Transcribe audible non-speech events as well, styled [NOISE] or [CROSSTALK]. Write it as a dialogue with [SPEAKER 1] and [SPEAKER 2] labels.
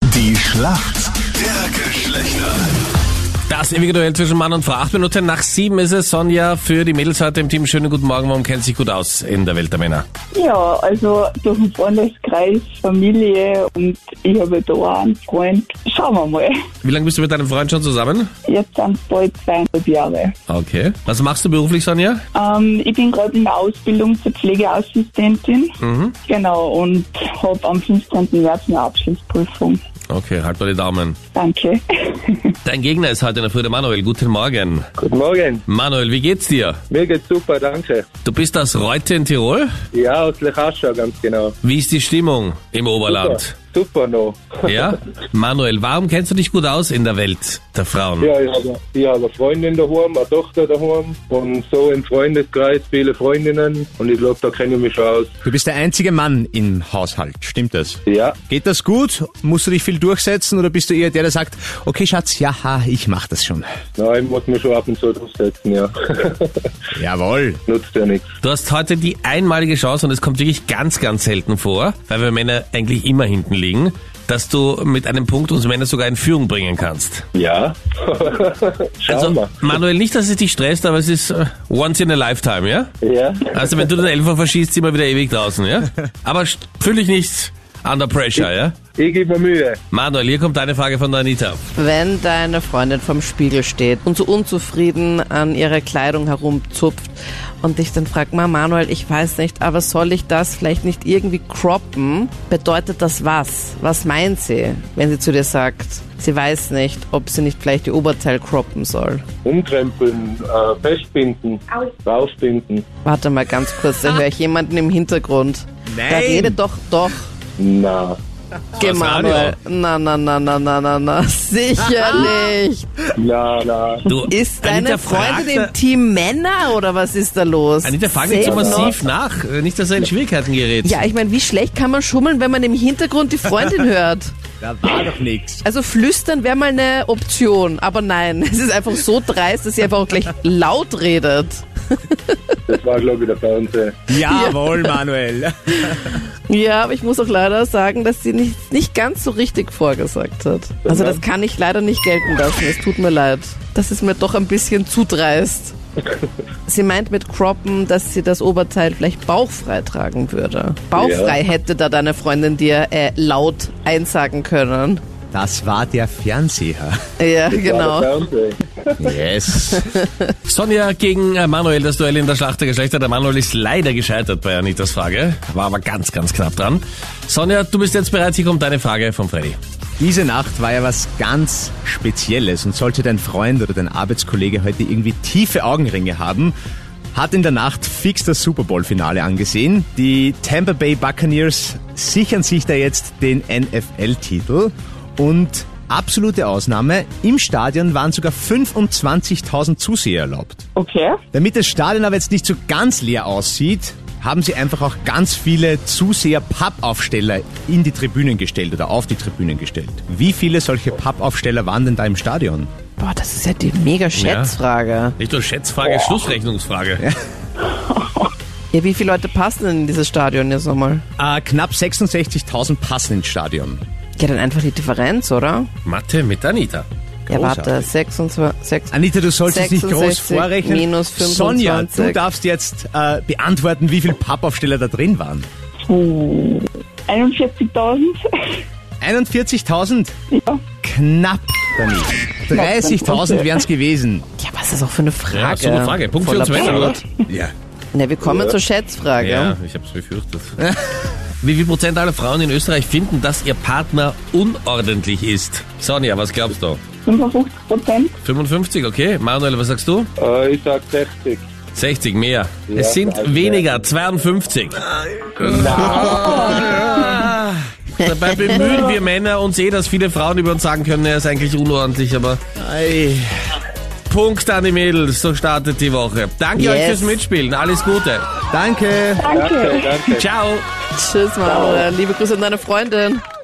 [SPEAKER 1] Die Schlacht der Geschlechter.
[SPEAKER 2] Das ewige Duell zwischen Mann und Frau. Acht Minuten nach sieben ist es. Sonja für die Mädels heute im Team. Schönen guten Morgen. Warum kennt sich gut aus in der Welt der Männer?
[SPEAKER 3] Ja, also durch den Freundeskreis, Familie und ich habe da auch einen Freund. Schauen wir mal.
[SPEAKER 2] Wie lange bist du mit deinem Freund schon zusammen?
[SPEAKER 3] Jetzt sind es bald zweieinhalb Jahre.
[SPEAKER 2] Okay. Was machst du beruflich, Sonja?
[SPEAKER 3] Ähm, ich bin gerade in der Ausbildung zur Pflegeassistentin. Genau, und habe am 15. März eine Abschlussprüfung.
[SPEAKER 2] Okay, halt mal die Daumen.
[SPEAKER 3] Danke. [LAUGHS]
[SPEAKER 2] Dein Gegner ist heute in der Früh der Manuel. Guten Morgen.
[SPEAKER 4] Guten Morgen,
[SPEAKER 2] Manuel, wie geht's dir?
[SPEAKER 4] mir geht's super, danke.
[SPEAKER 2] Du bist aus Reute in Tirol.
[SPEAKER 4] Ja, aus Lechaschau ganz genau.
[SPEAKER 2] Wie ist die Stimmung im Oberland?
[SPEAKER 4] Super, super noch.
[SPEAKER 2] Ja? Manuel, warum kennst du dich gut aus in der Welt der Frauen?
[SPEAKER 4] Ja, ich habe, ich habe eine Freundin daheim, eine Tochter daheim und so im Freundeskreis viele Freundinnen und ich glaube, da kenne ich mich schon aus.
[SPEAKER 5] Du bist der einzige Mann im Haushalt, stimmt das?
[SPEAKER 4] Ja,
[SPEAKER 5] Geht das gut? Musst du dich viel durchsetzen oder bist du eher der, der sagt, okay Schatz, ja, ha, ich mach das schon.
[SPEAKER 4] nein, muss man schon ab und zu durchsetzen, ja. [LAUGHS]
[SPEAKER 5] Jawohl.
[SPEAKER 4] Nutzt ja nichts.
[SPEAKER 2] Du hast heute die einmalige Chance, und es kommt wirklich ganz, ganz selten vor, weil wir Männer eigentlich immer hinten liegen, dass du mit einem Punkt uns Männer sogar in Führung bringen kannst.
[SPEAKER 4] Ja. [LAUGHS] Schauen
[SPEAKER 2] Also,
[SPEAKER 4] wir.
[SPEAKER 2] Manuel, nicht, dass es dich stresst, aber es ist äh, once in a lifetime, ja?
[SPEAKER 4] Ja.
[SPEAKER 2] Also, wenn du den Elfer verschießt, sind wir wieder ewig draußen, ja? Aber st- fühl dich nicht under pressure, ja?
[SPEAKER 4] Ich gebe mir Mühe.
[SPEAKER 2] Manuel, hier kommt deine Frage von der Anita.
[SPEAKER 6] Wenn deine Freundin vorm Spiegel steht und so unzufrieden an ihrer Kleidung herumzupft und dich dann fragt, Ma Manuel, ich weiß nicht, aber soll ich das vielleicht nicht irgendwie croppen? Bedeutet das was? Was meint sie, wenn sie zu dir sagt, sie weiß nicht, ob sie nicht vielleicht ihr Oberteil croppen soll?
[SPEAKER 4] Umkrempeln, äh, festbinden, rausbinden.
[SPEAKER 6] Warte mal ganz kurz, da höre ich jemanden im Hintergrund. Da
[SPEAKER 5] Nein.
[SPEAKER 6] redet doch doch.
[SPEAKER 4] Na,
[SPEAKER 6] Geh, Manuel. Na, na, na, na, na, na, na. Sicher nicht.
[SPEAKER 4] na, na.
[SPEAKER 2] Du,
[SPEAKER 6] Ist deine
[SPEAKER 2] Anita fragt,
[SPEAKER 6] Freundin im Team Männer oder was ist da los?
[SPEAKER 2] Anita, frag nicht so
[SPEAKER 6] Sehr
[SPEAKER 2] massiv nach, äh, nicht, dass er in Schwierigkeiten gerät.
[SPEAKER 6] Ja, ich meine, wie schlecht kann man schummeln, wenn man im Hintergrund die Freundin hört?
[SPEAKER 5] Da war doch nichts.
[SPEAKER 6] Also flüstern wäre mal eine Option, aber nein, [LAUGHS] es ist einfach so dreist, dass sie einfach auch gleich laut redet.
[SPEAKER 4] Das war, glaube ich,
[SPEAKER 2] [LAUGHS]
[SPEAKER 4] der Fernseher.
[SPEAKER 1] [LAUGHS]
[SPEAKER 5] Jawohl, Manuel.
[SPEAKER 6] Ja, aber ich muss auch leider sagen, dass sie nicht, nicht ganz so richtig vorgesagt hat. Also das kann ich leider nicht gelten lassen, es tut mir leid. Das ist mir doch ein bisschen zu [LAUGHS] dreist. Sie meint mit Croppen, dass sie das Oberteil vielleicht bauchfrei tragen würde. Bauchfrei hätte da deine Freundin dir äh, laut einsagen können.
[SPEAKER 5] Das war der Fernseher.
[SPEAKER 6] Ja,
[SPEAKER 4] War
[SPEAKER 6] genau.
[SPEAKER 4] der Fernseher.
[SPEAKER 5] Yes.
[SPEAKER 2] [LAUGHS] Sonja gegen äh, Manuel, das Duell in der Schlacht der Geschlechter. Der Manuel ist leider gescheitert bei Anitas Frage, war aber ganz, ganz knapp dran. Sonja, du bist jetzt bereit, hier kommt deine Frage von Freddy.
[SPEAKER 5] Diese Nacht war ja was ganz Spezielles und sollte dein Freund oder dein Arbeitskollege heute irgendwie tiefe Augenringe haben, hat in der Nacht fix das Super Bowl-Finale angesehen. Die Tampa Bay Buccaneers sichern sich da jetzt den NFL-Titel und absolute Ausnahme, im Stadion waren sogar 25.000 Zuseher erlaubt.
[SPEAKER 3] Okay.
[SPEAKER 5] Damit das Stadion aber jetzt nicht so ganz leer aussieht, haben sie einfach auch ganz viele Zuseher-Pappaufsteller in die Tribünen gestellt oder auf die Tribünen gestellt. Wie viele solche Pappaufsteller waren denn da im Stadion?
[SPEAKER 6] Boah, das ist ja die mega Schätzfrage.
[SPEAKER 2] Nicht nur Schätzfrage, Schlussrechnungsfrage.
[SPEAKER 6] Ja. wie viele Leute passen denn in dieses Stadion jetzt nochmal?
[SPEAKER 5] Äh, knapp 66.000 passen ins Stadion.
[SPEAKER 6] Ja, dann einfach die Differenz, oder?
[SPEAKER 2] Mathe mit Anita.
[SPEAKER 6] Ja,
[SPEAKER 5] Großartig.
[SPEAKER 6] warte, 26. sechs-
[SPEAKER 5] Anita, du solltest nicht groß
[SPEAKER 6] 66
[SPEAKER 5] vorrechnen.
[SPEAKER 6] minus
[SPEAKER 5] Sonja, du
[SPEAKER 6] 25.
[SPEAKER 5] darfst jetzt äh, beantworten, wie viele Pappaufsteller da drin waren.
[SPEAKER 3] 41.000?
[SPEAKER 5] 41.000?
[SPEAKER 3] ja.
[SPEAKER 5] Knapp daneben. 30.000 wären es gewesen.
[SPEAKER 6] Ja, was ist das auch für eine Frage?
[SPEAKER 2] Ja, so eine Frage. Punkt für
[SPEAKER 6] Voller
[SPEAKER 2] uns Männer, oder?
[SPEAKER 6] Punkt.
[SPEAKER 5] Ja.
[SPEAKER 6] Ne, wir kommen zur Schätzfrage.
[SPEAKER 2] ich hab's befürchtet. Wie viel Prozent aller Frauen in Österreich finden, dass ihr Partner unordentlich ist? Sonja, was glaubst du?
[SPEAKER 3] 55 Prozent?
[SPEAKER 2] 55, okay. Manuel, was sagst du?
[SPEAKER 4] Äh, ich sag 60.
[SPEAKER 2] 60 mehr. es sind
[SPEAKER 4] also-
[SPEAKER 2] weniger, 52. Ah. Dabei bemühen wir Männer uns eh, dass viele Frauen über uns sagen können, er ist eigentlich unordentlich, aber
[SPEAKER 5] Ei.
[SPEAKER 2] Punkt an die Mädels, so startet die Woche. Danke euch
[SPEAKER 6] Yes.
[SPEAKER 2] fürs Mitspielen, alles Gute.
[SPEAKER 5] Danke.
[SPEAKER 3] Danke.
[SPEAKER 4] Danke, danke.
[SPEAKER 2] Ciao.
[SPEAKER 6] Tschüss, Manuel. Liebe Grüße an deine Freundin.